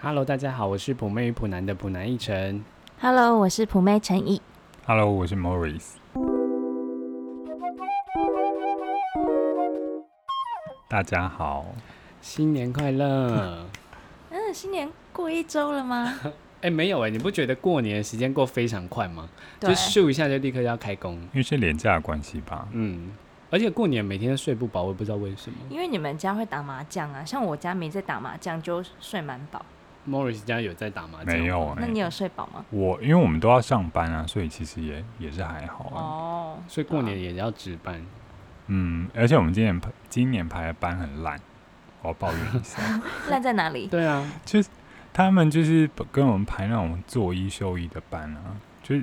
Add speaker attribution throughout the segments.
Speaker 1: Hello，大家好，我是普妹与普男的普男一晨。
Speaker 2: Hello，我是普妹陈毅。
Speaker 3: Hello，我是 Morris。大家好，
Speaker 1: 新年快 乐！
Speaker 2: 嗯，新年过一周了吗？
Speaker 1: 哎、没有哎、你不觉得过年的时间过非常快吗？
Speaker 2: 对
Speaker 1: 就，咻一下就立刻要开工。
Speaker 3: 因为是廉价的关系吧？
Speaker 1: 嗯，而且过年每天都睡不饱，我也不知道为什么。
Speaker 2: 因为你们家会打麻将啊，像我家没在打麻将，就睡满饱。
Speaker 1: Morris 家有在打麻将吗
Speaker 3: 没有
Speaker 2: 那
Speaker 3: 哎、
Speaker 2: 你有睡饱吗？
Speaker 3: 我因为我们都要上班啊，所以其实也也是还好啊。
Speaker 2: 哦，
Speaker 1: 所以过年也要值班。
Speaker 3: 嗯，而且我们今年今年排的班很烂，我要抱怨一 下，
Speaker 2: 烂在哪里？
Speaker 1: 对啊，
Speaker 3: 就是他们就是跟我们排那种做一休一的班啊，就是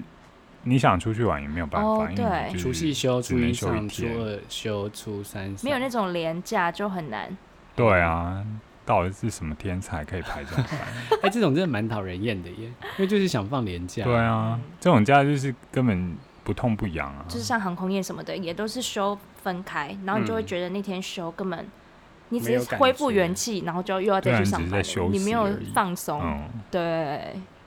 Speaker 3: 你想出去玩也没有办法，
Speaker 2: 哦
Speaker 3: 因为你
Speaker 2: 对
Speaker 3: 就是
Speaker 1: 啊除夕休，
Speaker 3: 只
Speaker 1: 初一
Speaker 3: 能休一
Speaker 1: 上，初
Speaker 3: 天
Speaker 1: 二休，初三上
Speaker 2: 没有那种廉价就很难。
Speaker 3: 对啊，到底是什么天才可以排这种班？
Speaker 1: 哎、这种真的蛮讨人厌的耶，因为就是想放年假。
Speaker 3: 对啊，这种假就是根本不痛不痒啊。
Speaker 2: 就是像航空业什么的，也都是休分开，然后你就会
Speaker 1: 嗯
Speaker 2: 觉得那天休根本你
Speaker 1: 没
Speaker 2: 只
Speaker 1: 有
Speaker 2: 是
Speaker 1: 感
Speaker 2: 恢复
Speaker 1: 觉
Speaker 2: 元气，然后就又要
Speaker 3: 对
Speaker 2: 再
Speaker 3: 啊
Speaker 2: 去
Speaker 3: 你
Speaker 2: 上
Speaker 3: 只
Speaker 2: 班
Speaker 3: 是在
Speaker 2: 了，
Speaker 3: 休
Speaker 2: 你没
Speaker 3: 息
Speaker 2: 有
Speaker 3: 而已
Speaker 2: 放松。
Speaker 3: 嗯，
Speaker 2: 对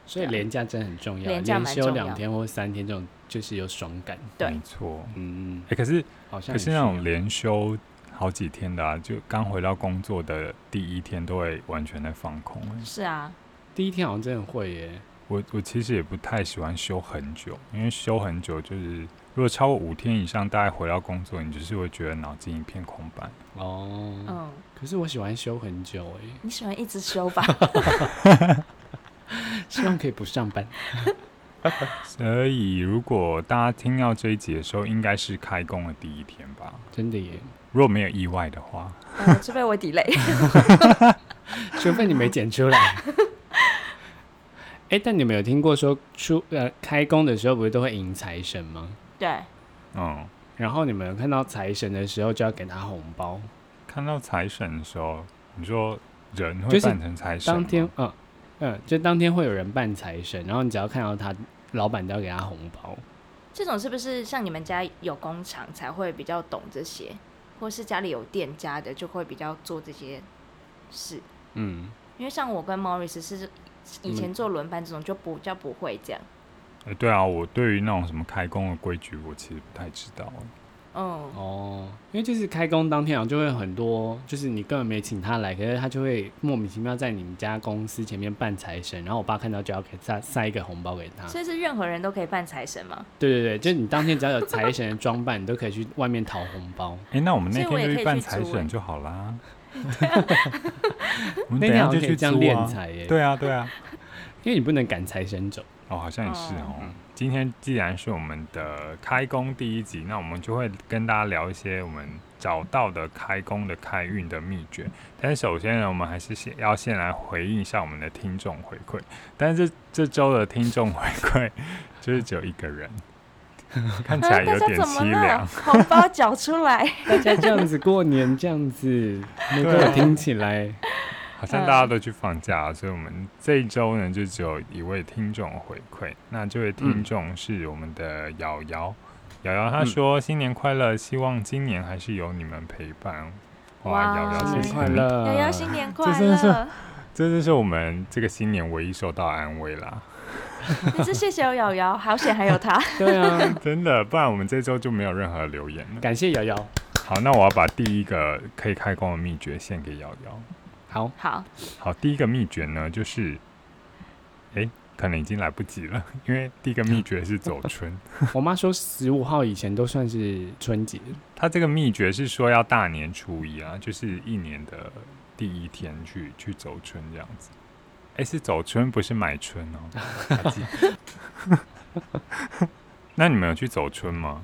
Speaker 1: 所以廉价真的很重要，
Speaker 2: 廉价蛮
Speaker 1: 休
Speaker 2: 重
Speaker 1: 两
Speaker 2: 要
Speaker 1: 天或三天这种就是有爽感。
Speaker 2: 对
Speaker 3: 没错。
Speaker 1: 嗯，
Speaker 3: 哎、可是
Speaker 1: 好像也
Speaker 3: 可是那种连休好几天的啊，就刚回到工作的第一天都会完全在放空欸。
Speaker 2: 是啊，
Speaker 1: 第一天好像真的会耶，
Speaker 3: 我我其实也不太喜欢休很久，因为休很久就是如果超过五天以上，大概回到工作，你就是会觉得脑筋一片空白。
Speaker 1: 哦，
Speaker 2: 嗯，
Speaker 1: 可是我喜欢休很久哎，
Speaker 2: 你喜欢一直休 吧？
Speaker 1: 希望可以不上班。
Speaker 3: 所以如果大家听到这一集的时候，应该是开工的第一天吧，
Speaker 1: 真的耶，
Speaker 3: 如果没有意外的话。
Speaker 2: 呃这被我 delay。
Speaker 1: 除非你没剪出来。 哎、但你们有听过说出呃开工的时候不是都会迎财神吗？
Speaker 2: 对，
Speaker 3: 嗯，
Speaker 1: 然后你们有看到财神的时候就要给他红包，
Speaker 3: 看到财神的时候，你说人
Speaker 1: 就
Speaker 3: 会
Speaker 1: 是
Speaker 3: 扮成财神吗？
Speaker 1: 当天嗯嗯，就当天会有人扮财神，然后你只要看到他，老板都要给他红包。
Speaker 2: 这种是不是像你们家有工厂才会比较懂这些，或是家里有店家的就会比较做这些事？
Speaker 1: 嗯，
Speaker 2: 因为像我跟 Morris 是以前
Speaker 1: 嗯
Speaker 2: 做轮班这种就不叫不会这样。
Speaker 3: 呃对啊，我对于那种什么开工的规矩，我其实不太知道。
Speaker 2: 嗯，
Speaker 1: 哦，因为就是开工当天啊，就会很多，就是你根本没请他来，可是他就会莫名其妙在你们家公司前面扮财神，然后我爸看到就要给他塞一个红包给
Speaker 3: 啊
Speaker 1: 他。
Speaker 2: 所以是任何人都可以扮财神吗？
Speaker 1: 对对对，就是你当天只要有财神的装扮，你都可以去外面讨红包。
Speaker 3: 哎、那我们那
Speaker 2: 所以我也
Speaker 3: 天就
Speaker 2: 可以
Speaker 3: 扮
Speaker 2: 去
Speaker 3: 财
Speaker 2: 租欸
Speaker 3: 神就好啦。 我们
Speaker 1: 那
Speaker 3: 等一
Speaker 1: 天
Speaker 3: 下
Speaker 1: 好像
Speaker 3: 就
Speaker 1: 可以
Speaker 3: 去
Speaker 1: 这
Speaker 3: 租
Speaker 1: 样练
Speaker 3: 啊。
Speaker 1: 财耶，
Speaker 3: 对啊，对啊。
Speaker 1: 因为你不能赶财神 走。
Speaker 3: 哦，好像也是哦。
Speaker 1: 嗯
Speaker 3: 今天既然是我们的开工第一集，那我们就会跟大家聊一些我们找到的开工的开运的秘诀。但是首先呢，我们还是先要先来回应一下我们的听众回馈。但是这这周的听众回馈就是只有一个人， 看起
Speaker 2: 啊
Speaker 3: 来
Speaker 2: 大
Speaker 3: 有
Speaker 2: 家
Speaker 3: 点
Speaker 2: 怎么
Speaker 3: 凄
Speaker 2: 了？
Speaker 3: 凉。
Speaker 2: 红包缴出 来，
Speaker 1: 大家这样子过年，这样子，那
Speaker 3: 对
Speaker 1: 个
Speaker 3: 啊
Speaker 1: 听起来，嗯
Speaker 3: 好像大家都去放假，所以我们这一周呢就只有一位听众回馈。那这位听众是我们的瑶瑶，瑶瑶她说：“新年快乐，希望今年还是有你们陪伴。”哇，
Speaker 2: 哇
Speaker 3: 瑶瑶
Speaker 1: 新
Speaker 3: 谢
Speaker 1: 年
Speaker 3: 谢
Speaker 1: 快
Speaker 3: 你，
Speaker 1: 乐，
Speaker 2: 瑶瑶新年快
Speaker 3: 呃真的是
Speaker 2: 乐！
Speaker 3: 这就是我们这个新年唯一受到安慰啦，
Speaker 2: 真是谢谢我瑶瑶，好险还有她。
Speaker 1: 对啊，
Speaker 3: 真的，不然我们这周就没有任何留言了。
Speaker 1: 感谢瑶瑶。
Speaker 3: 好，那我要把第一个可以开工的秘诀献给瑶瑶。
Speaker 1: 好，
Speaker 2: 好，
Speaker 3: 好，第一个秘诀呢，就是，哎，可能已经来不及了，因为第一个秘诀是走春。
Speaker 1: 我妈说十五号以前都算是春节，
Speaker 3: 他这个秘诀是说要大年初一啊，就是一年的第一天去去走春这样子。哎、是走春不是买春哦。大家记得 那你们有去走春吗？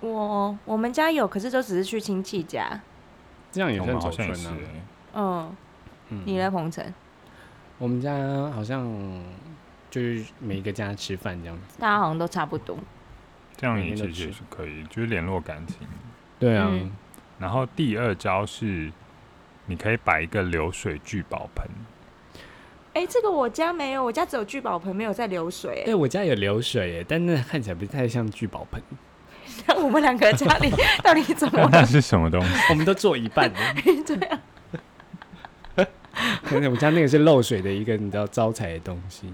Speaker 2: 我我们家有，可是都只是去亲戚家。
Speaker 1: 这样也
Speaker 3: 我
Speaker 1: 算
Speaker 3: 们好
Speaker 1: 走
Speaker 3: 像
Speaker 1: 春
Speaker 3: 也是、
Speaker 1: 啊。
Speaker 3: 欸。
Speaker 2: 嗯，
Speaker 1: 嗯
Speaker 2: 你呢，鹏程？
Speaker 1: 我们家好像就是每一个家吃饭这样子。
Speaker 2: 大家好像都差不多。
Speaker 3: 这样也
Speaker 1: 每天都
Speaker 3: 其实也
Speaker 1: 吃
Speaker 3: 是可以，就是联络感情。
Speaker 1: 对啊，
Speaker 2: 嗯
Speaker 3: 然后第二招是，你可以摆一个流水聚宝 盆。
Speaker 2: 哎、这个我家没有，我家只有聚宝盆，没有在流水、
Speaker 1: 哎对我家有流水耶，但那看起来不太像聚宝盆，
Speaker 2: 那我们两个家里到底怎么
Speaker 3: 那
Speaker 2: 了？
Speaker 3: 是什么东西？
Speaker 1: 我们都做一半了。
Speaker 2: 对啊，
Speaker 1: 但是我家那个是漏水的一个你知道招财的东西。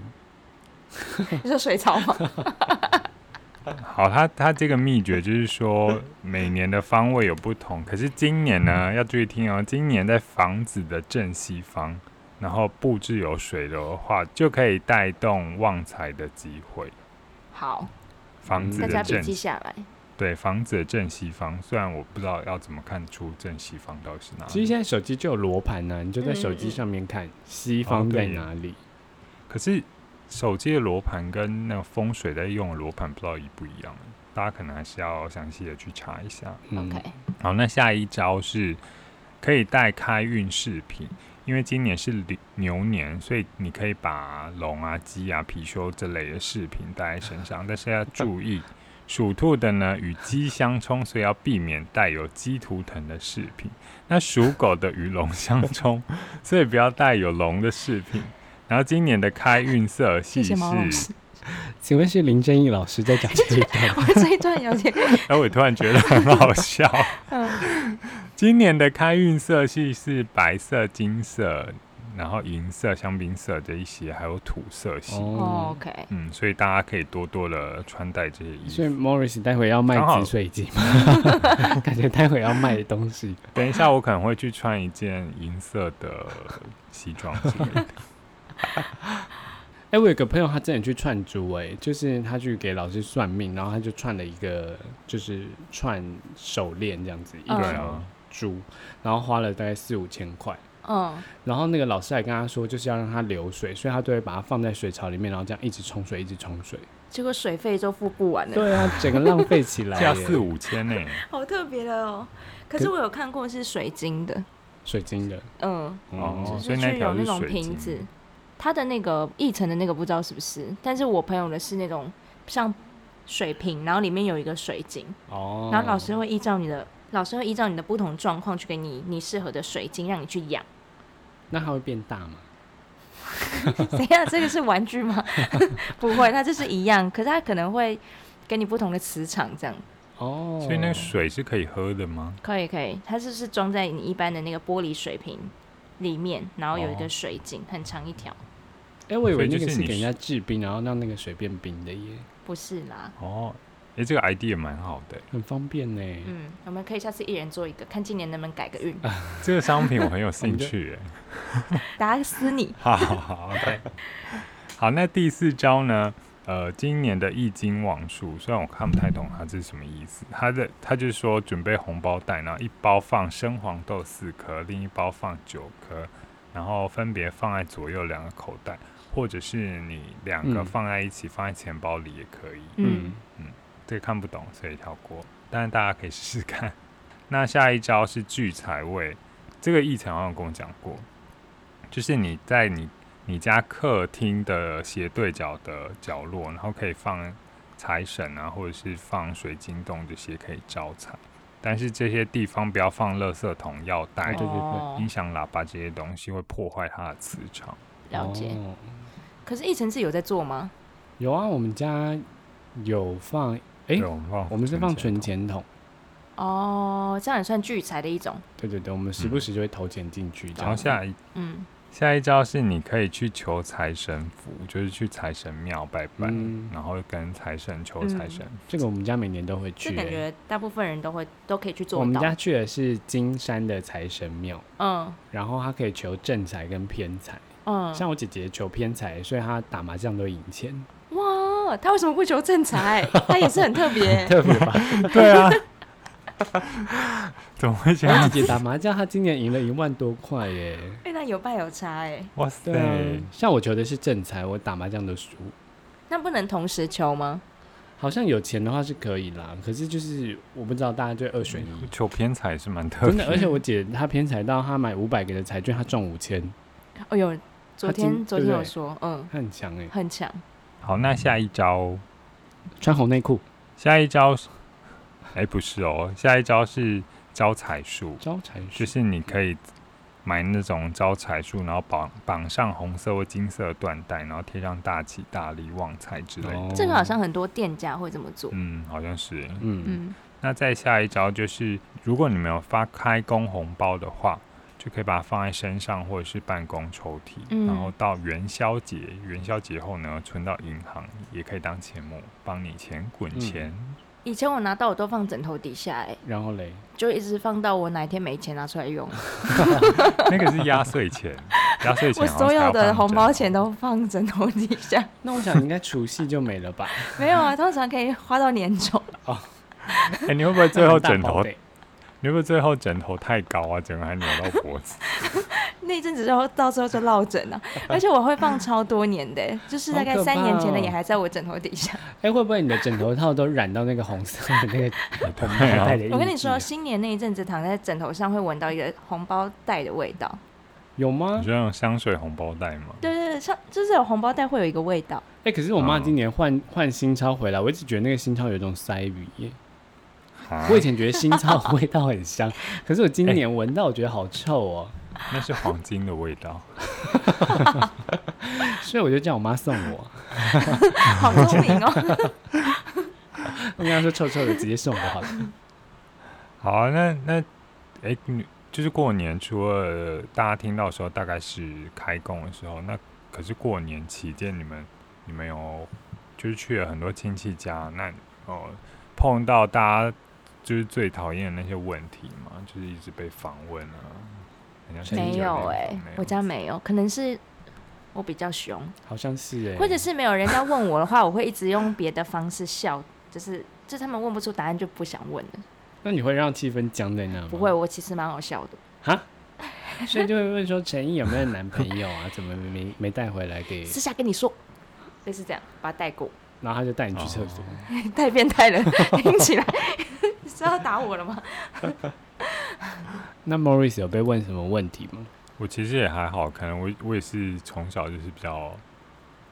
Speaker 2: 你说水草吗？
Speaker 3: 好，它它这个秘诀就是
Speaker 1: 嗯
Speaker 3: 说，每年的方位有不同，可是今年呢，要注意听哦，今年在房子的正西方，然后布置有水的话，就可以带动旺财的机会。
Speaker 2: 好，
Speaker 3: 房
Speaker 1: 嗯
Speaker 3: 子
Speaker 2: 大
Speaker 3: 的
Speaker 2: 家笔
Speaker 3: 正
Speaker 2: 记下来。
Speaker 3: 对，房子的正西方，虽然我不知道要怎么看出正西方到底是哪
Speaker 1: 其实
Speaker 3: 里，
Speaker 1: 现在手机就有罗盘呢，你就在手机上面看西方在哪里。
Speaker 3: 可是手机的罗盘跟那个风水在用的罗盘不知道一不一样，大家可能还是要详细的去查一下。
Speaker 1: 嗯
Speaker 2: OK，
Speaker 3: 好，那下一招是可以带开运饰品，因为今年是牛牛年，所以你可以把龙啊、鸡啊、貔貅这类的饰品带在身上，但是要注意，属兔的呢与鸡相冲，所以要避免带有鸡图腾的饰品。那属狗的与龙相冲，所以不要带有龙的饰品。然后今年的开运色系
Speaker 2: 谢谢毛老
Speaker 3: 是
Speaker 2: 师，。
Speaker 1: 请问是林正义老师在讲这一段？
Speaker 2: 我这一段有点，
Speaker 3: 哎，我突然觉得很好笑。
Speaker 2: 嗯，
Speaker 3: 今年的开运色系是白色、金色，然后银色、香槟色这一些，还有土色系。
Speaker 2: 哦，，OK，
Speaker 3: 嗯，所以大家可以多多的穿戴这些衣
Speaker 1: 所以
Speaker 3: 服。
Speaker 1: Morris 待会要卖
Speaker 3: 刚好
Speaker 1: 紫水晶吗？ 感觉待会要卖的东西。
Speaker 3: 等一下，我可能会去穿一件银色的西 装之类的。
Speaker 1: 哎、我有个朋友，他真的去串珠、哎，就是他去给老师算命，然后他就串了一个，就是串手链这样子，一
Speaker 2: 嗯
Speaker 3: 对
Speaker 1: 条
Speaker 3: 啊，
Speaker 1: 珠，然后花了大概四五千块。
Speaker 2: 嗯，
Speaker 1: 然后那个老师还跟他说，就是要让它流水，所以他都会把它放在水槽里面，然后这样一直冲水，一直冲水。
Speaker 2: 结果水费都付不完了，
Speaker 1: 对啊，整个浪费起 来耶。
Speaker 3: 价四五千呢、
Speaker 2: 好特别的哦。可是我有看过是水晶的，
Speaker 1: 水晶的，
Speaker 2: 嗯，
Speaker 3: 哦
Speaker 1: 嗯，
Speaker 2: 就是
Speaker 3: 所以那
Speaker 2: 去有
Speaker 3: 条
Speaker 2: 那
Speaker 3: 是
Speaker 2: 种
Speaker 3: 水
Speaker 2: 瓶
Speaker 3: 晶
Speaker 2: 子，它的那个一层的那个不知道是不是，但是我朋友的是那种像水瓶，然后里面有一个水晶，
Speaker 1: 哦。
Speaker 2: 然后老师会依照你的。老师会依照你的不同状况去给你你适合的水晶，让你去养。
Speaker 1: 那它会变大吗？
Speaker 2: 怎样？这个是玩具吗？ 不会，它就是一样，可是它可能会给你不同的磁场，这样
Speaker 1: 哦，
Speaker 3: 所以那个水是可以喝的吗？
Speaker 2: 可以可以。它就是装在你一般的那个玻璃水瓶里面，然后有一
Speaker 3: 哦
Speaker 2: 个水晶，很长一条。
Speaker 1: 哎、我以为
Speaker 3: 所以就
Speaker 1: 那个
Speaker 3: 是
Speaker 1: 是
Speaker 3: 你
Speaker 1: 给人
Speaker 3: 是
Speaker 1: 家制冰，然后让那个水变冰的耶，
Speaker 2: 不是啦，
Speaker 3: 哦，哎、这个 idea 蛮好的、
Speaker 1: 很方便呢。
Speaker 2: 嗯，我们可以下次一人做一个，看今年能不能改个运。
Speaker 3: 这个商品我很有兴趣、欸。
Speaker 2: 打死你！
Speaker 3: 好好好，OK。好，那第四招呢？呃，今年的易经网术，虽然我看不太懂它是什么意思，它的它就是说准备红包袋，然后一包放生黄豆四颗，另一包放九颗，然后分别放在左右两个口袋，或者是你两个
Speaker 1: 嗯
Speaker 3: 放在一起，放在钱包里也可以。
Speaker 2: 嗯，
Speaker 3: 这个看不懂，所以跳过。但是大家可以试试看。那下一招是聚财位，这个议程好像有跟我讲过，就是你在你你家客厅的斜对角的角落，然后可以放财神啊，或者是放水晶洞这些可以招财。但是这些地方不要放垃圾桶、药袋
Speaker 1: 对、对对
Speaker 2: 哦
Speaker 3: 音响、喇叭这些东西，会破坏它的磁场。
Speaker 2: 了解。
Speaker 1: 哦
Speaker 2: 可是一层是有在做吗？
Speaker 1: 有啊，我们家有放，哎、
Speaker 3: 对，我们放
Speaker 1: 我们是放存
Speaker 3: 钱
Speaker 1: 钱筒。
Speaker 2: 哦，这样也算聚财的一种。
Speaker 1: 对对对，我们时不时就会投钱进去这
Speaker 3: 筒。
Speaker 1: 样。
Speaker 3: 然后下一
Speaker 2: 嗯，
Speaker 3: 下一招是你可以去求财神符，就是去财神庙拜拜，
Speaker 1: 嗯
Speaker 3: 然后跟财神求财神。
Speaker 1: 这个我们家每年都会
Speaker 2: 这
Speaker 1: 去、
Speaker 2: 感
Speaker 1: 欸。
Speaker 2: 觉大部分人都会都可以去
Speaker 1: 我
Speaker 2: 做
Speaker 1: 们
Speaker 2: 到
Speaker 1: 家。去的是金山的财神庙，
Speaker 2: 嗯
Speaker 1: 然后他可以求正财跟偏财。
Speaker 2: 嗯，
Speaker 1: 像我姐姐求偏财，所以她打麻将都赢钱，
Speaker 2: 哇，他为什么不求正财？他也是很特别
Speaker 1: 特别吧？
Speaker 3: 对啊，怎么会这
Speaker 1: 我
Speaker 3: 样？
Speaker 1: 姐姐打麻将，她今年赢了一万多块耶。
Speaker 2: 哎、那有败有差哎、
Speaker 3: 哇塞
Speaker 1: 对！啊，像我求的是正财，我打麻将都输。
Speaker 2: 那不能同时求吗？
Speaker 1: 好像有钱的话是可以啦，可是就是我不知道大家对二选一。
Speaker 3: 求偏财是蛮 特
Speaker 1: 真
Speaker 3: 别
Speaker 1: 的，而且我姐她偏财到她买五百个的彩券，她中五千，
Speaker 2: 哦呦，昨
Speaker 1: 他
Speaker 2: 天
Speaker 1: 今
Speaker 2: 昨
Speaker 1: 对不对
Speaker 2: 天有说，嗯，
Speaker 1: 她很强哎、
Speaker 2: 很强。
Speaker 3: 好，那下一招，
Speaker 1: 穿红内裤
Speaker 3: 下一招是，哎、不是哦，下一招是招财树，
Speaker 1: 招财
Speaker 3: 就
Speaker 1: 树，
Speaker 3: 是你可以买那种招财树，然后绑绑上红色或金色的缎带，然后贴上大吉大利、旺财之类的。
Speaker 1: 哦
Speaker 2: 这个好像很多店家会这么做。
Speaker 3: 嗯，好像是。
Speaker 1: 嗯
Speaker 2: 嗯，
Speaker 3: 那再下一招就是，如果你们有发开工红包的话，就可以把它放在身上或者是办公抽屉，
Speaker 2: 嗯
Speaker 3: 然后到元宵节，元宵节后呢存到银行，也可以当钱母，帮你钱
Speaker 1: 嗯
Speaker 3: 滚钱。
Speaker 2: 以前我拿到我都放枕头底下、哎，
Speaker 1: 然后嘞，
Speaker 2: 就一直放到我哪一天没钱拿出来用。
Speaker 3: 那个是压岁钱，压岁钱
Speaker 2: 我
Speaker 3: 好像
Speaker 2: 所
Speaker 3: 才要
Speaker 2: 有
Speaker 3: 放
Speaker 2: 的红包
Speaker 3: 枕
Speaker 2: 钱都放枕头底下，
Speaker 1: 那我想应该除夕就没了吧？
Speaker 2: 没有啊，通常可以花到年终。
Speaker 3: 头。哎、你会不会最后枕
Speaker 1: 大
Speaker 3: 头
Speaker 1: 宝？贝
Speaker 3: 你会不会最后枕头太高啊，整个还扭到脖子？
Speaker 2: 那一阵子之后，到时候就落枕 了，而且我会放超多年的、就是大概
Speaker 1: 好可怕
Speaker 2: 三年前的
Speaker 1: 哦
Speaker 2: 也还在我枕头底下。
Speaker 1: 哎、会不会你的枕头套都染到那个红色的 那个红包袋 的印记啊？
Speaker 2: 我跟你说，新年那一阵子躺在枕头上会闻到一个红包袋的味道，
Speaker 1: 嗯有吗
Speaker 3: 你？说那种香水红包袋吗？
Speaker 2: 对对对，像就是有红包袋会有一个味 道，
Speaker 1: 哎、可是我妈
Speaker 3: 嗯
Speaker 1: 今年换换新钞回来，我一直觉得那个新钞有一种塞鼻耶。
Speaker 3: 啊
Speaker 1: 我以前觉得新钞的味道很 香，可是我今年闻到我觉得好臭哦、
Speaker 3: 啊那是黄金的味道。
Speaker 1: 所以我就叫我妈送我。
Speaker 2: 好聪明 哦。
Speaker 1: 我跟她说臭臭的，直接送我好了。
Speaker 3: 好啊，那那哎、你就是过年除了大家听到的时候，大概是开工的时候，那可是过年期间，你们你们有就是去了很多亲戚家，那哦、碰到大家就是最讨厌的那些问题嘛，就是一直被访问啊。很像
Speaker 1: 没
Speaker 3: 亲
Speaker 2: 没
Speaker 3: 戚
Speaker 2: 有
Speaker 3: 被
Speaker 2: 哎、
Speaker 3: 访没有
Speaker 2: 我家没有，可能是我比较凶，
Speaker 1: 好像是哎、
Speaker 2: 或者是没有人家问我的话，我会一直用别的方式笑，就是就他们问不出答案就不想问了。
Speaker 1: 那你会让气氛僵在那吗？
Speaker 2: 不会，，我其实蛮好笑的。
Speaker 1: 哈，所以就会问说陈毅有没有男朋友 啊？怎么没没带回来给？
Speaker 2: 私下跟你说，就是这样，把它带过，
Speaker 1: 然后他就带你去厕所。
Speaker 2: 太变态 了，听起来 是要打我了吗？
Speaker 1: 那 Morris 有被问什么问题吗？
Speaker 3: 我其实也还好，可能我我也是从小就是比较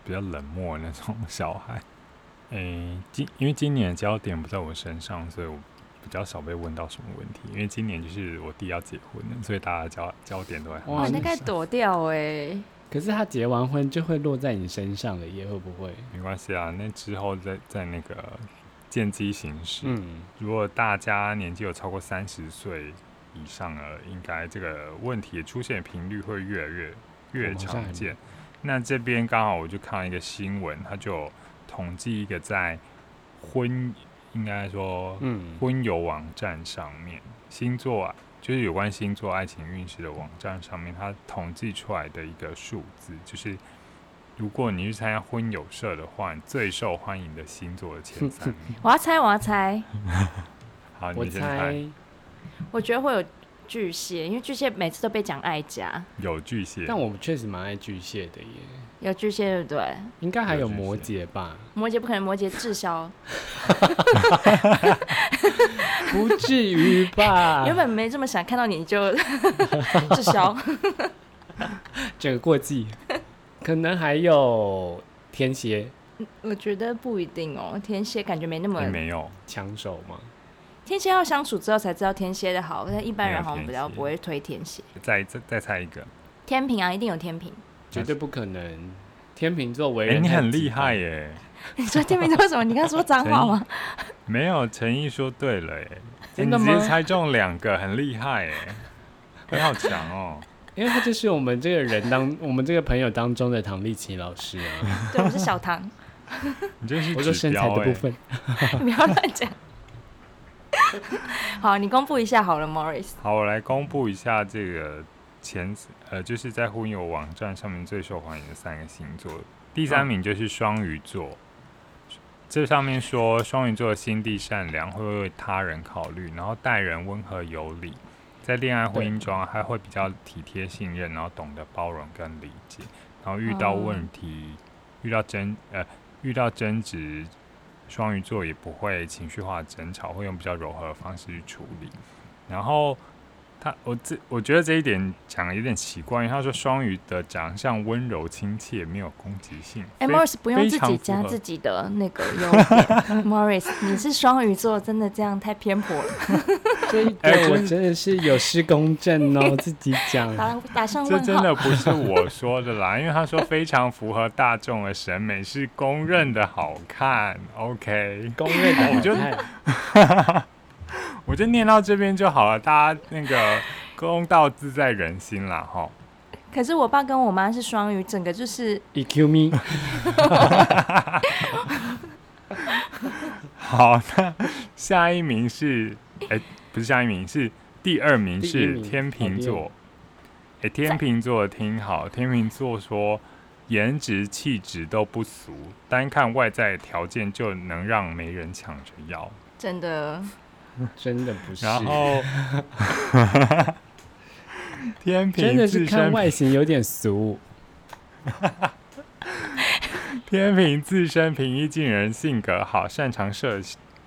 Speaker 3: 比较冷漠的那种小孩。 诶、今因为今年的焦点不在我身上，所以我比较少被问到什么问题。因为今年就是我弟要结婚了，所以大家的焦焦点都在他
Speaker 1: 哇
Speaker 2: 哇，
Speaker 3: 身
Speaker 2: 那
Speaker 1: 那
Speaker 2: 该
Speaker 3: 上。
Speaker 2: 躲掉哎、
Speaker 1: 可是他结完婚就会落在你身上了耶，会不会？
Speaker 3: 没关系啊，那之后再再那个见机行事。
Speaker 1: 嗯，
Speaker 3: 如果大家年纪有超过三十岁以上了，应该这个问题出现的频率会越来越越常见。那这边刚好我就看到一个新闻，它就有统计一个在婚，应该说
Speaker 1: 嗯，
Speaker 3: 婚友网站上面星座啊，就是有关星座爱情运势的网站上面，它统计出来的一个数字，就是如果你去参加婚友社的话，你最受欢迎的星座的前三名。
Speaker 2: 我要猜，我要猜，
Speaker 3: 好，
Speaker 1: 我
Speaker 3: 你先猜。
Speaker 1: 猜
Speaker 2: 我觉得会有巨蟹，因为巨蟹每次都被讲爱家，
Speaker 3: 有巨蟹，
Speaker 1: 但我确实蛮爱巨蟹的耶，
Speaker 2: 有巨蟹对不对？
Speaker 1: 应该还有
Speaker 3: 有巨蟹
Speaker 1: 摩羯吧？
Speaker 2: 摩羯不可能，摩羯滞销，
Speaker 1: 不至于吧？
Speaker 3: 啊
Speaker 2: 原本没这么想，看到你就 滞销。
Speaker 1: 整个过季，可能还有天蝎
Speaker 2: 我觉得不一定哦，天蝎感觉没那么
Speaker 3: 也，哎没有，
Speaker 1: 抢手嘛。
Speaker 2: 天蝎要相处之后才知道天蝎的好，但一般
Speaker 3: 没有
Speaker 2: 人好像
Speaker 3: 天
Speaker 2: 比较
Speaker 3: 蝎
Speaker 2: 不会推天蝎。
Speaker 3: 再再再猜一个。
Speaker 2: 天平啊，一定有天 平。
Speaker 1: 绝对不可能。天秤座为
Speaker 3: 哎、
Speaker 1: 人、
Speaker 3: 你很厉害，耶！
Speaker 2: 你说天平座为什么？你刚说脏话 吗？
Speaker 3: 没有，陈毅说对了耶，哎
Speaker 1: 真
Speaker 3: 你
Speaker 1: 的
Speaker 3: 直
Speaker 1: 吗
Speaker 3: 接猜中两个，很厉害耶！ 你好强哦！
Speaker 1: 因为他就是我们这个人当我们这个朋友当中的唐立奇老师啊。
Speaker 2: 对，我是小唐，
Speaker 3: 你真是
Speaker 1: 我说身
Speaker 3: 指
Speaker 1: 材
Speaker 3: 标
Speaker 1: 的
Speaker 3: 哎
Speaker 1: 部，分，
Speaker 2: 你不要乱讲。好，你公布一下好了，Morris。
Speaker 3: 好，我来公布一下这个前呃，就是在婚友网站上面最受欢迎的三个星座，第三名就是双鱼座。这上面说双鱼座心地善良，会为他人考虑，然后待人温和有礼，在恋爱婚姻中还会比较体贴信任，然后懂得包容跟理解，然后遇到问题，遇到争呃遇到争执，双鱼座也不会情绪化争吵，会用比较柔和的方式去处理。然后他，我这我觉得这一点讲的有点奇怪，因为他说双鱼的长相温柔亲切，没有攻击性。
Speaker 2: 哎、
Speaker 3: 非
Speaker 2: m o r r i s 不用
Speaker 3: 非
Speaker 2: 自
Speaker 3: 常
Speaker 2: 己
Speaker 3: 符
Speaker 2: 加
Speaker 3: 合
Speaker 2: 自己的那个优 点。Morris，你是双鱼座，真的这样太偏颇 了。
Speaker 1: 这一
Speaker 3: 哎
Speaker 1: 个
Speaker 3: 我
Speaker 1: 我真的是有失公正哦， 自己讲。
Speaker 2: 打打上
Speaker 3: 这
Speaker 2: 问
Speaker 3: 真
Speaker 2: 号。
Speaker 3: 的不是我说的啦，因为他说非常符合大众的审美，是公认的好看。OK，
Speaker 1: 公认的
Speaker 3: 我
Speaker 1: 好
Speaker 3: 就
Speaker 1: 看，
Speaker 3: 我就念到这边就好了，大家那个 公道自在人心啦，哈。
Speaker 2: 可是我爸跟我妈是双鱼，整个就是
Speaker 1: EQ，E me，
Speaker 3: 好，那下一名是，哎、不是下一名，是第二名
Speaker 1: 第一
Speaker 3: 是
Speaker 1: 名
Speaker 3: 天秤
Speaker 1: 哦
Speaker 3: 座。哎、天秤座听好，天秤座说，颜值气质都不俗，单看外在条件就能让没人抢着要。
Speaker 2: 真的
Speaker 1: 真的不是，
Speaker 3: 然后，
Speaker 1: 真
Speaker 3: 天平
Speaker 1: 的
Speaker 3: 自
Speaker 1: 是
Speaker 3: 身
Speaker 1: 看外形有点俗，
Speaker 3: 天平自身平易近人，性格好，擅长社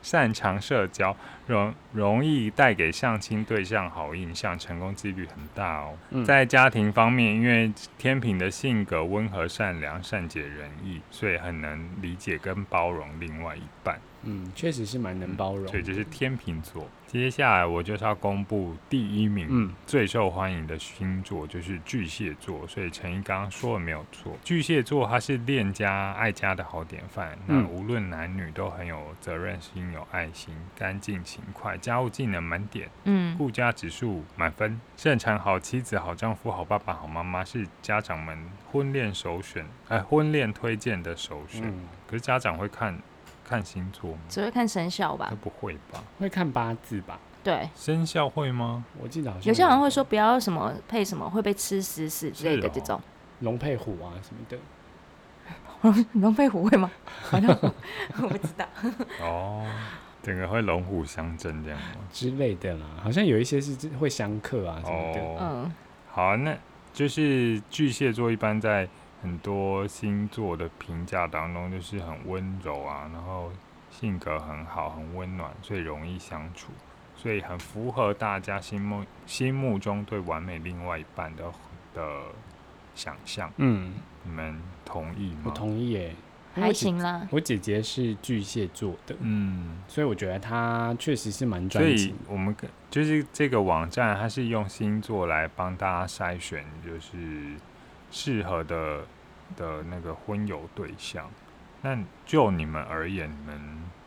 Speaker 3: 擅长社交，容容易带给相亲对象好印象，成功几率很大哦。
Speaker 1: 嗯
Speaker 3: 在家庭方面，因为天平的性格温和、善良、善解人意，所以很能理解跟包容另外一半。
Speaker 1: 嗯，确实是蛮能包容
Speaker 3: 所，以这是天秤座。接下来我就是要公布第一名，
Speaker 1: 嗯，
Speaker 3: 最受欢迎的星座就是巨蟹座，所以陈一刚刚说的没有错，巨蟹座他是恋家爱家的好典范，那
Speaker 1: 嗯
Speaker 3: 无论男女都很有责任心、有爱心、干净勤快，家务技能满点，
Speaker 2: 嗯
Speaker 3: 顾家指数满分，盛产好妻子、好丈夫、好爸爸、好妈妈，是家长们婚恋首选，呃，婚恋推荐的首选。
Speaker 1: 嗯，
Speaker 3: 可是家长会看看星座吗？
Speaker 2: 只会看生肖吧
Speaker 1: 啊
Speaker 3: 他？不会 吧？
Speaker 1: 会看八字吧？
Speaker 2: 对，
Speaker 3: 生肖会吗？
Speaker 1: 我记得好像
Speaker 2: 有些好像会说不要什么配什么会被吃死死之类的
Speaker 3: 是哦
Speaker 2: 这种。
Speaker 1: 龙配虎啊什么的，
Speaker 2: 龙配虎会吗？好像我不知道。
Speaker 3: 哦，整个会龙虎相争这样吗？
Speaker 1: 之类的啦，好像有一些是会相克啊什么的。
Speaker 3: 哦，
Speaker 2: 嗯，
Speaker 3: 好，那就是巨蟹座一般在很多星座的评价当中，就是很温柔啊，然后性格很好，很温暖，所以容易相处，所以很符合大家心目心目中对完美另外一半的的想象。
Speaker 1: 嗯，
Speaker 3: 你们同意吗？
Speaker 1: 我同意耶，因为
Speaker 2: 还
Speaker 1: 我姐。
Speaker 2: 行啦。
Speaker 1: 我姐姐是巨蟹座的，
Speaker 3: 嗯，
Speaker 1: 所以我觉得她确实是蛮
Speaker 3: 所
Speaker 1: 专
Speaker 3: 以
Speaker 1: 情。
Speaker 3: 我们跟就是这个网站，它是用星座来帮大家筛选，就是适合的的那个婚友对象。那就你们而言，你们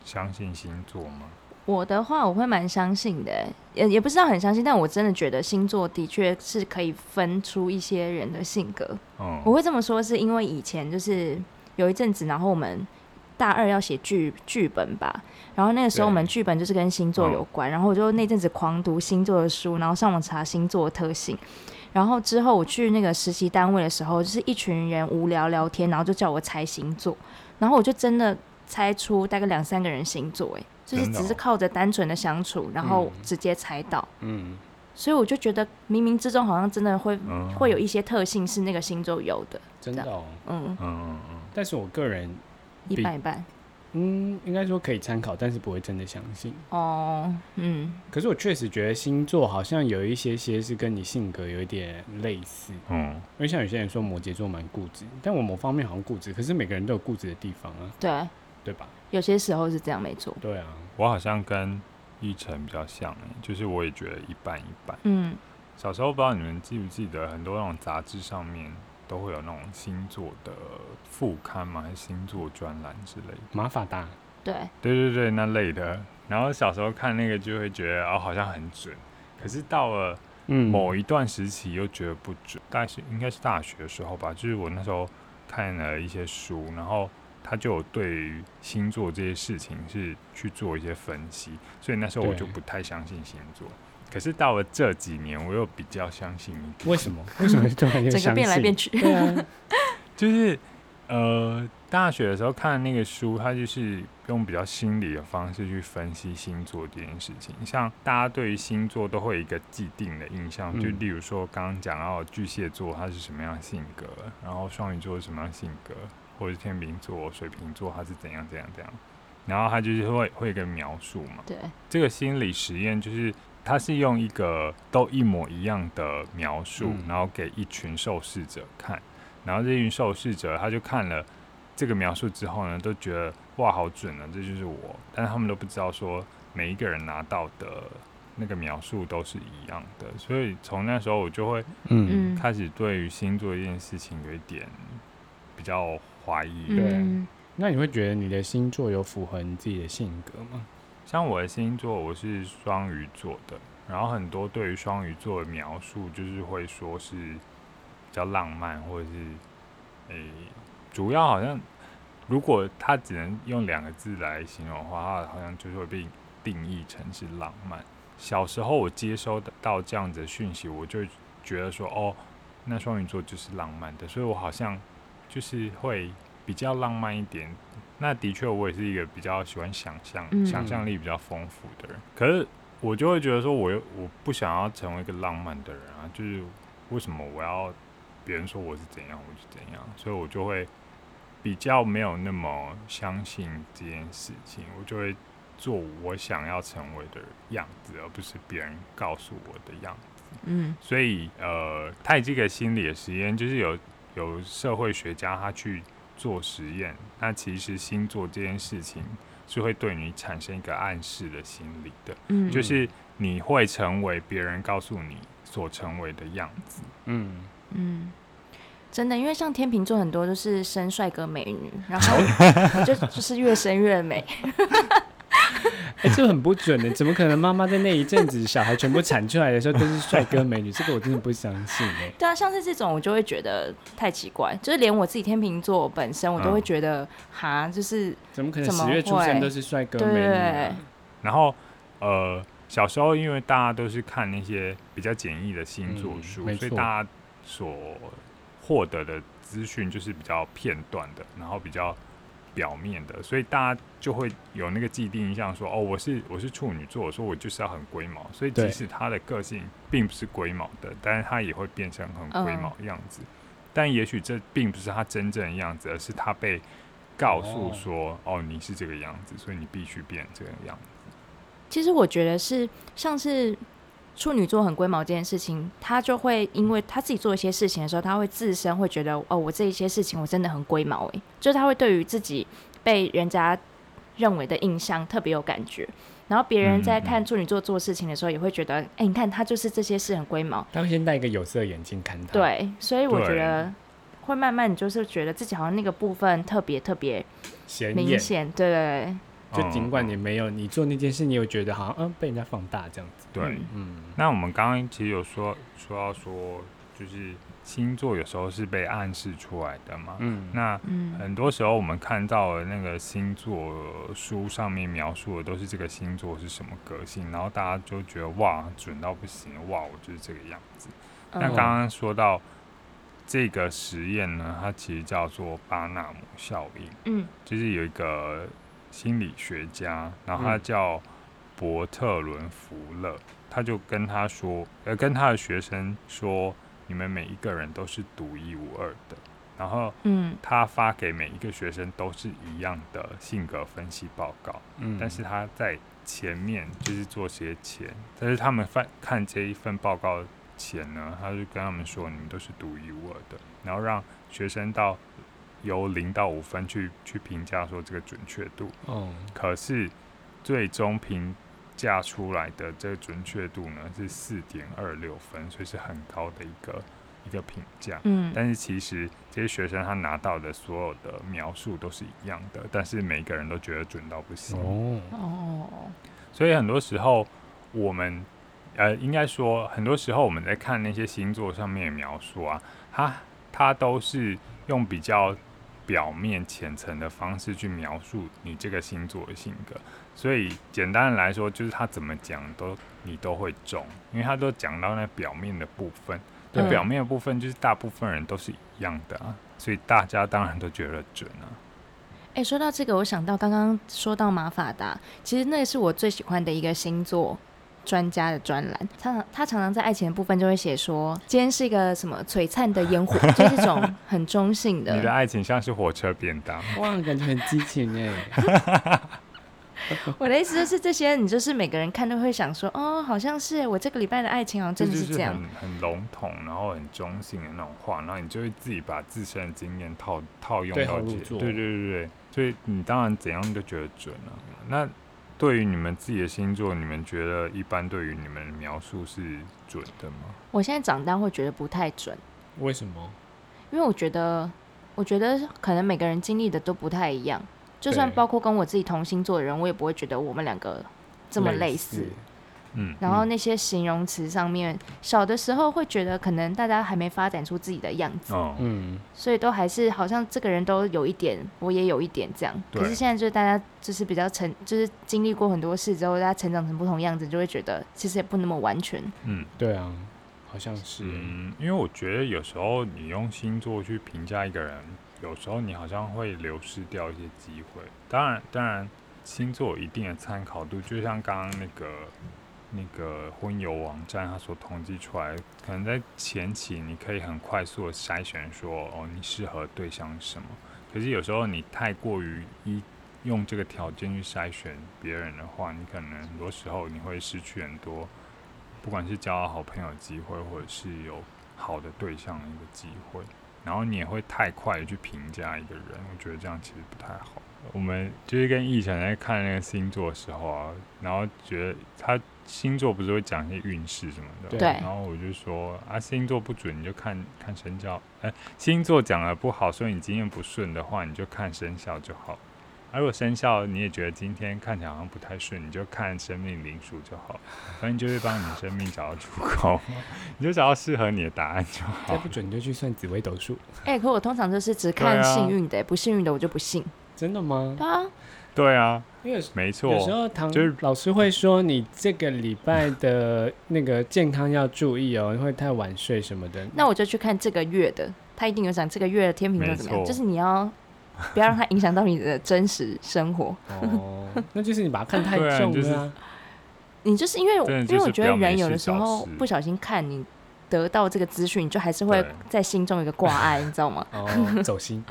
Speaker 3: 相信星座吗？
Speaker 2: 我的话，我会蛮相信的欸，也也不知道很相信，但我真的觉得星座的确是可以分出一些人的性格。我
Speaker 3: 嗯，
Speaker 2: 会这么说，是因为以前就是有一阵子，然后我们大二要写剧剧本吧，然后那个时候
Speaker 3: 对
Speaker 2: 我们剧本就是跟星座有关，然后我就那阵子狂读星座的书，然后上网查星座的特性。然后之后我去那个实习单位的时候，就是一群人无聊聊天，然后就叫我猜星座，然后我就真的猜出大概两三个人星座，哎，就是
Speaker 3: 真的哦
Speaker 2: 只是靠着单纯的相处，然后
Speaker 1: 嗯
Speaker 2: 直接猜到，
Speaker 1: 嗯，
Speaker 2: 所以我就觉得冥冥之中好像真的会、
Speaker 3: 嗯
Speaker 2: 会有一些特性是那个星座有的，
Speaker 1: 真的哦。
Speaker 2: 嗯，
Speaker 3: 嗯嗯
Speaker 1: 但是我个人，
Speaker 2: 一
Speaker 1: 比
Speaker 2: 半一半。
Speaker 1: 嗯，应该说可以参考，但是不会真的相信。
Speaker 2: 哦，嗯，
Speaker 1: 可是我确实觉得星座好像有一些些是跟你性格有一点类似，
Speaker 3: 嗯
Speaker 1: 因为像有些人说摩羯座蛮固执，但我某方面好像固执，可是每个人都有固执的地方啊，
Speaker 2: 对，
Speaker 1: 对吧？
Speaker 2: 有些时候是这样，没错。
Speaker 1: 对啊，
Speaker 3: 我好像跟依晨比较像、欸，就是我也觉得一半一半。
Speaker 2: 嗯，
Speaker 3: 小时候不知道你们记不记得，很多那种杂志上面都会有那种星座的副刊嘛，还是星座专栏之类的。
Speaker 1: 马法达，
Speaker 2: 对，
Speaker 3: 对对对，那类的。然后小时候看那个就会觉得哦，好像很准，可是到了
Speaker 1: 嗯，
Speaker 3: 某一段时期又觉得不准。大概是应该是大学的时候吧，就是我那时候看了一些书，然后他就有对于星座这些事情是去做一些分析，所以那时候我
Speaker 1: 对
Speaker 3: 就不太相信星座。可是到了这几年，我又比较相信一点，
Speaker 1: 嗯为什么？为什么突然就
Speaker 2: 整个
Speaker 1: 相
Speaker 2: 变来
Speaker 1: 信？
Speaker 2: 变 去，
Speaker 1: 对 啊，
Speaker 3: 就是呃，大学的时候看那个书，它就是用比较心理的方式去分析星座这件事情。像大家对于星座都会有一个既定的印象，
Speaker 1: 嗯
Speaker 3: 就例如说刚刚讲到巨蟹座它是什么样的性格，然后双鱼座是什么样的性格，或者是天秤座、水瓶座它是怎样怎样怎样。然后它就是会会有一个描述嘛，
Speaker 2: 对，
Speaker 3: 这个心理实验就是，它是用一个都一模一样的描述，
Speaker 1: 嗯
Speaker 3: 然后给一群受试者看，然后这群受试者他就看了这个描述之后呢，都觉得哇好准啊，这就是我，但是他们都不知道说每一个人拿到的那个描述都是一样的，所以从那时候我就会
Speaker 1: 嗯，
Speaker 2: 嗯，
Speaker 3: 开始对于星座这件事情有一点比较怀疑，
Speaker 1: 对
Speaker 2: 嗯，
Speaker 1: 那你会觉得你的星座有符合你自己的性格吗？
Speaker 3: 像我的星座，我是双鱼座的，然后很多对于双鱼座的描述，就是会说是比较浪漫，或者是诶、主要好像如果它只能用两个字来形容的话，它好像就是会被定义成是浪漫。小时候我接收到这样子的讯息，我就觉得说，哦，那双鱼座就是浪漫的，所以我好像就是会比较浪漫一点。那的确，我也是一个比较喜欢想象、
Speaker 2: 嗯
Speaker 3: 想象力比较丰富的人。可是我就会觉得说我，又我不想要成为一个浪漫的人啊，就是为什么我要别人说我是怎样，我就怎样，所以我就会比较没有那么相信这件事情，我就会做我想要成为的样子，而不是别人告诉我的样子。
Speaker 2: 嗯
Speaker 3: 所以呃，太极个心理的实验就是有有社会学家他去做实验，那其实星座这件事情是会对你产生一个暗示的心理的，
Speaker 2: 嗯，
Speaker 3: 就是你会成为别人告诉你所成为的样子。
Speaker 1: 嗯，
Speaker 2: 嗯，真的，因为像天秤座很多都是生帅哥美女，然后就就是越生越美。
Speaker 1: 哎、这很不准的，怎么可能？妈妈在那一阵子小孩全部产出来的时候都是帅哥美女，这个我真的不相信哎、
Speaker 2: 对啊，像是这种我就会觉得太奇怪，就是连我自己天秤座本身我都会
Speaker 3: 嗯
Speaker 2: 觉得哈、就是
Speaker 1: 怎么可能
Speaker 2: 怎么
Speaker 1: 十月出生
Speaker 2: 会
Speaker 1: 都是帅哥美女啊、
Speaker 2: 对，
Speaker 3: 然后呃，小时候因为大家都是看那些比较简易的星座
Speaker 1: 嗯
Speaker 3: 书，
Speaker 1: 没
Speaker 3: 所以
Speaker 1: 错
Speaker 3: 大家所获得的资讯就是比较片段的，然后比较表面的，所以大家就会有那个既定印象说，哦，我是我是处女座，说我就是要很龟毛，所以即
Speaker 1: 对
Speaker 3: 使他的个性并不是龟毛的，但是他也会变成很龟
Speaker 2: 嗯
Speaker 3: 毛的样子。
Speaker 1: 哦
Speaker 3: 但也许这并不是他真正的样子，而是他被告诉
Speaker 1: 哦
Speaker 3: 说：“哦你是这个样子，所以你必须变这个样子。
Speaker 2: 其实我觉得是像是处女座很龟毛这件事情，他就会因为他自己做一些事情的时候，他会自身会觉得哦，我这一些事情我真的很龟毛诶，就是他会对于自己被人家认为的印象特别有感觉。然后别人在
Speaker 3: 嗯
Speaker 2: 看
Speaker 3: 嗯
Speaker 2: 处女座做事情的时候，也会觉得，哎、你看他就是这些事很龟毛。
Speaker 1: 他会先戴一个有色眼镜看他。，
Speaker 2: 对，所以我觉
Speaker 3: 对
Speaker 2: 得会慢慢，你就是觉得自己好像那个部分特别特别
Speaker 1: 显
Speaker 2: 明
Speaker 1: 眼。
Speaker 2: 显，对对对，
Speaker 1: 就尽管你
Speaker 3: 嗯
Speaker 1: 没有，你做那件事，你有觉得好像嗯被人家放大这样子。
Speaker 3: 对，
Speaker 2: 嗯
Speaker 1: 嗯，
Speaker 3: 那我们刚刚其实有说说到说，就是星座有时候是被暗示出来的嘛。
Speaker 1: 嗯，
Speaker 3: 那
Speaker 2: 嗯
Speaker 3: 很多时候我们看到的那个星座书上面描述的都是这个星座是什么个性，然后大家就觉得哇准到不行，哇我就是这个样子。呃那刚
Speaker 2: 嗯
Speaker 3: 刚说到这个实验呢，它其实叫做巴纳姆效应。
Speaker 2: 嗯
Speaker 3: 就是有一个心理学家，然后
Speaker 1: 嗯
Speaker 3: 他叫伯特伦·福勒，他就跟他说，呃，跟他的学生说，你们每一个人都是独一无二的。然后
Speaker 2: 嗯
Speaker 3: 他发给每一个学生都是一样的性格分析报告，
Speaker 1: 嗯
Speaker 3: 但是他在前面就是做些前，但是他们翻看这一份报告前呢，他就跟他们说，你们都是独一无二的，然后让学生到由零到五分去去评价说这个准确度，
Speaker 1: 哦，
Speaker 3: 可是最终评价出来的这个准确度呢是四点二六分，所以是很高的一个一个评价。
Speaker 2: 嗯，
Speaker 3: 但是其实这些学生他拿到的所有的描述都是一样的，但是每个人都觉得准到不行。
Speaker 1: 哦，
Speaker 2: 哦，
Speaker 3: 所以很多时候我们，呃，应该说很多时候我们在看那些星座上面的描述啊，它它都是用比较表面浅层的方式去描述你这个星座的性格。所以简单的来说，就是他怎么讲都你都会中，因为他都讲到那表面的部分。那
Speaker 2: 对
Speaker 3: 表面的部分就是大部分人都是一样的啊，所以大家当然都觉得准啊。
Speaker 2: 哎、说到这个，我想到刚刚说到马法达，其实那个是我最喜欢的一个星座专家的专栏。他常他常常在爱情的部分就会写说，今天是一个什么璀璨的烟火，就是这 种很中性
Speaker 3: 你的啊
Speaker 2: 的。
Speaker 3: 爱情像是火车便当，
Speaker 1: 哇，感觉很激情哎。
Speaker 2: 我的意思就是，这些你就是每个人看都会想说，哦，好像是我这个礼拜的爱情，好像真的
Speaker 3: 就是
Speaker 2: 这样
Speaker 3: 很。很笼统，然后很中性的那种话，然后你就会自己把自身的经验套套用
Speaker 1: 对
Speaker 3: 到
Speaker 1: 号入
Speaker 3: 自己，
Speaker 1: 座
Speaker 3: 对对对对，所以你当然怎样你就觉得准了、那对于你们自己的星座，你们觉得一般对于你们的描述是准的吗？
Speaker 2: 我现在长大会觉得不太准，
Speaker 1: 为什么？
Speaker 2: 因为我觉得，我觉得可能每个人经历的都不太一样。就算
Speaker 1: 对
Speaker 2: 包括跟我自己同星座的人，我也不会觉得我们两个这么类似。
Speaker 3: 嗯，
Speaker 2: 然后那些形容词上面，小的时候会觉得可能大家还没发展出自己的样子，
Speaker 3: 哦，
Speaker 1: 嗯，
Speaker 2: 所以都还是好像这个人都有一点，我也有一点这样。
Speaker 3: 对
Speaker 2: 可是现在就是大家就是比较成，就是经历过很多事之后，大家成长成不同样子，就会觉得其实也不那么完全。
Speaker 3: 嗯
Speaker 1: 对啊，好像是，
Speaker 3: 嗯，因为我觉得有时候你用星座去评价一个人，有时候你好像会流失掉一些机会。当然，当然，星座有一定的参考度，就像刚刚那个那个婚友网站它所统计出来，可能在前期你可以很快速的筛选说，哦，你适合对象是什么。可是有时候你太过于依用这个条件去筛选别人的话，你可能很多时候你会失去很多，不管是交到好朋友的机会，或者是有好的对象的一个机会。然后你也会太快的去评价一个人，我觉得这样其实不太好。我们就是跟奕晨在看那个星座的时候啊，然后觉得他星座不是会讲一些运势什么的，
Speaker 1: 对
Speaker 2: 对
Speaker 3: 然后我就说啊，星座不准你就看看生肖，哎、星座讲的不好，所以你经验不顺的话，你就看生肖就好。而、如果生肖你也觉得今天看起来好像不太顺，你就看生命灵数就好，反正就会帮你生命找到出口，你就找到适合你的答案就好
Speaker 1: 再。不准你就去算紫微斗数，
Speaker 2: 哎、可我通常就是只
Speaker 3: 对
Speaker 2: 看
Speaker 3: 啊
Speaker 2: 幸运的、不幸运的我就不信。
Speaker 1: 真的吗？
Speaker 2: 对啊，
Speaker 3: 对啊，
Speaker 1: 因为
Speaker 3: 没错，
Speaker 1: 有时候唐
Speaker 3: 就是
Speaker 1: 老师会说，你这个礼拜的那个健康要注意哦，会太晚睡什么 的。
Speaker 2: 那我就去看这个月的，他一定有讲这个月的天平座怎么
Speaker 3: 没
Speaker 2: 样，就
Speaker 3: 错
Speaker 2: 是你要不要让它影响到你的真实生活。
Speaker 1: 哦，那就是你把它看太
Speaker 3: 对啊
Speaker 1: 重
Speaker 3: 就是
Speaker 1: 了、啊。
Speaker 2: 你就是因为我
Speaker 3: 真的就
Speaker 2: 因为我
Speaker 3: 是
Speaker 2: 觉
Speaker 3: 不
Speaker 2: 得
Speaker 3: 要没
Speaker 2: 人有
Speaker 3: 事
Speaker 2: 的时
Speaker 3: 找
Speaker 2: 候
Speaker 3: 事
Speaker 2: 不小心看你得到这个资讯，你就还是会
Speaker 3: 对
Speaker 2: 在心中有一个挂碍，你知道 吗？
Speaker 1: 哦，走心，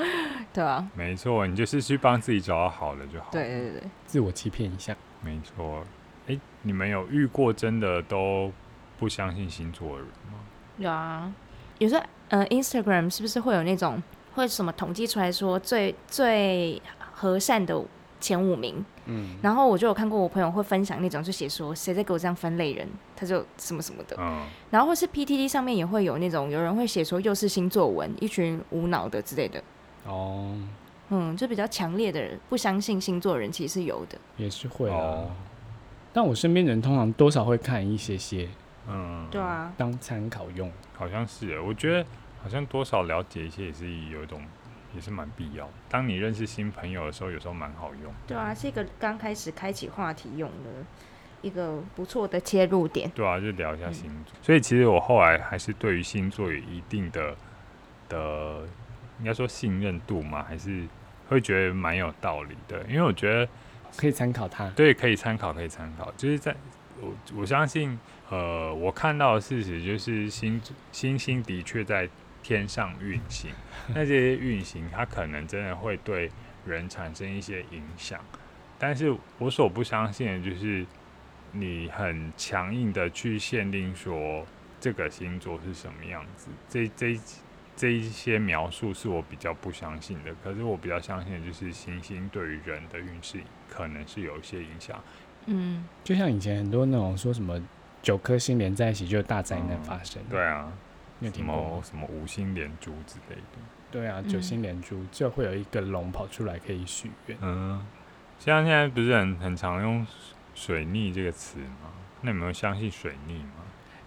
Speaker 2: 对啊，
Speaker 3: 没错，你就是去帮自己找到好的就好。
Speaker 2: 对，对对对，
Speaker 1: 自我欺骗一 下。
Speaker 3: 没错。哎，你们有遇过真的都不相信星座的人吗？
Speaker 2: 有啊。有时候呃，Instagram 是不是会有那种会什么统计出来说最最和善的前五名？
Speaker 1: 嗯，
Speaker 2: 然后我就有看过我朋友会分享那种，就写说谁在给我这样分类人，他就什么什么的。
Speaker 3: 嗯，
Speaker 2: 然后或是 PTT 上面也会有那种有人会写说又是星座文，一群无脑的之类的。
Speaker 1: 哦，
Speaker 2: 嗯，就比较强烈的人不相信星座的人其实是有的。
Speaker 1: 也是会啊。
Speaker 3: 哦，
Speaker 1: 但我身边人通常多少会看一些些，
Speaker 3: 嗯，，
Speaker 2: 啊，
Speaker 1: 当参考用。
Speaker 3: 好像是耶。我觉得好像多少了解一些也是有一种，也是蛮必要的。当你认识新朋友的时候，有时候蛮好用。
Speaker 2: 对啊，是一个刚开始开启话题用的一个不错的切入点。
Speaker 3: 对啊，就聊一下
Speaker 2: 嗯
Speaker 3: 星座。所以其实我后来还是对于星座有一定的的，应该说信任度嘛，还是会觉得蛮有道理的。因为我觉得
Speaker 1: 可以参考它。
Speaker 3: 对，可以参考，可以参考。就是在我我相信，呃，我看到的事实就是星星星的确在天上运行，那这些运行它可能真的会对人产生一些影响。但是我所不相信的就是，你很强硬的去限定说这个星座是什么样子，这这这一些描述是我比较不相信的。可是我比较相信的就是星星对于人的运势可能是有一些影响。
Speaker 2: 嗯，
Speaker 1: 就像以前很多那种说什么九颗星连在一起就有大灾难发生，
Speaker 3: 对啊，
Speaker 1: 你有
Speaker 3: 什
Speaker 1: 听过
Speaker 3: 么
Speaker 1: 吗？
Speaker 3: 什么五星连珠之类的。
Speaker 1: 对啊，
Speaker 2: 嗯
Speaker 1: 九星连珠就会有一个龙跑出来可以许愿。
Speaker 3: 嗯，像现在不是很很常用水逆这个词吗？那你们有相信水逆吗？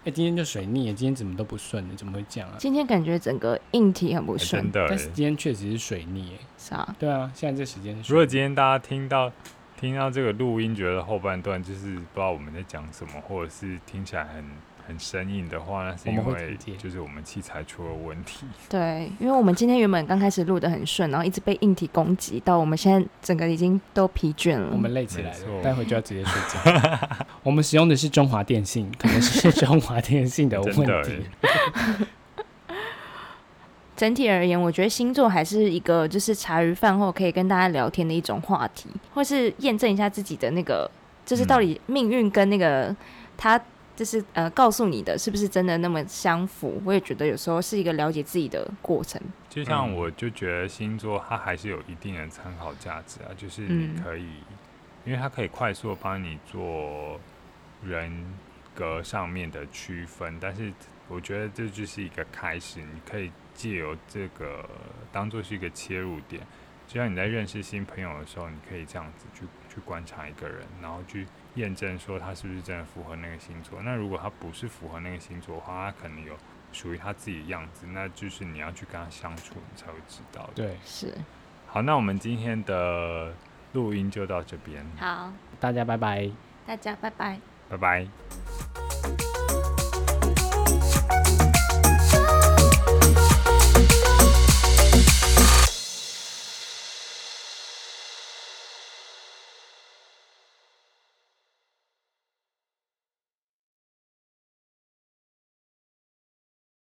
Speaker 1: 哎、今天就水逆，今天怎么都不顺，怎么会这样啊？
Speaker 2: 今天感觉整个硬体很不
Speaker 3: 欸真
Speaker 2: 顺，
Speaker 3: 的、
Speaker 1: 但是
Speaker 3: 欸。
Speaker 1: 今天确实是水逆，哎，
Speaker 2: 是啊，
Speaker 1: 对啊，现在这时间是水
Speaker 3: 如果
Speaker 1: 逆
Speaker 3: 今天大家听到听到这个录音，觉得后半段就是不知道我们在讲什么，或者是听起来很很生硬的话，那是
Speaker 1: 我
Speaker 3: 因
Speaker 1: 们会
Speaker 3: 为
Speaker 1: 剪接
Speaker 3: 就是我们器材出了问题。
Speaker 2: 对，因为我们今天原本刚开始录的很顺，然后一直被硬体攻击，到我们现在整个已经都疲倦了。
Speaker 1: 我们累起来
Speaker 3: 没错
Speaker 1: 了，待会就要直接睡觉。 我们使用的是中华电信，可能是中华电信的
Speaker 3: 真的
Speaker 1: 问题
Speaker 3: 欸。
Speaker 2: 整体而言，我觉得星座还是一个就是茶余饭后可以跟大家聊天的一种话题，或是验证一下自己的那个，就是到底命运跟那个他就是呃告诉你的是不是真的那么相符？我也觉得有时候是一个了解自己的过程。
Speaker 3: 就像
Speaker 1: 嗯
Speaker 3: 我就觉得星座它还是有一定的参考价值啊，就是你
Speaker 2: 嗯
Speaker 3: 可以，因为它可以快速地帮你做人格上面的区分，但是我觉得这就是一个开始，你可以借由这个当做是一个切入点，就像你在认识新朋友的时候，你可以这样子去去观察一个人，然后去验证说他是不是真的符合那个星座。那如果他不是符合那个星座的话，他可能有属于他自己的样子，那就是你要去跟他相处，你才会知道的。
Speaker 1: 对，
Speaker 2: 是，
Speaker 3: 好，那我们今天的录音就到这边，
Speaker 2: 好，
Speaker 1: 大家拜拜。
Speaker 2: 大家拜拜。
Speaker 3: 拜拜。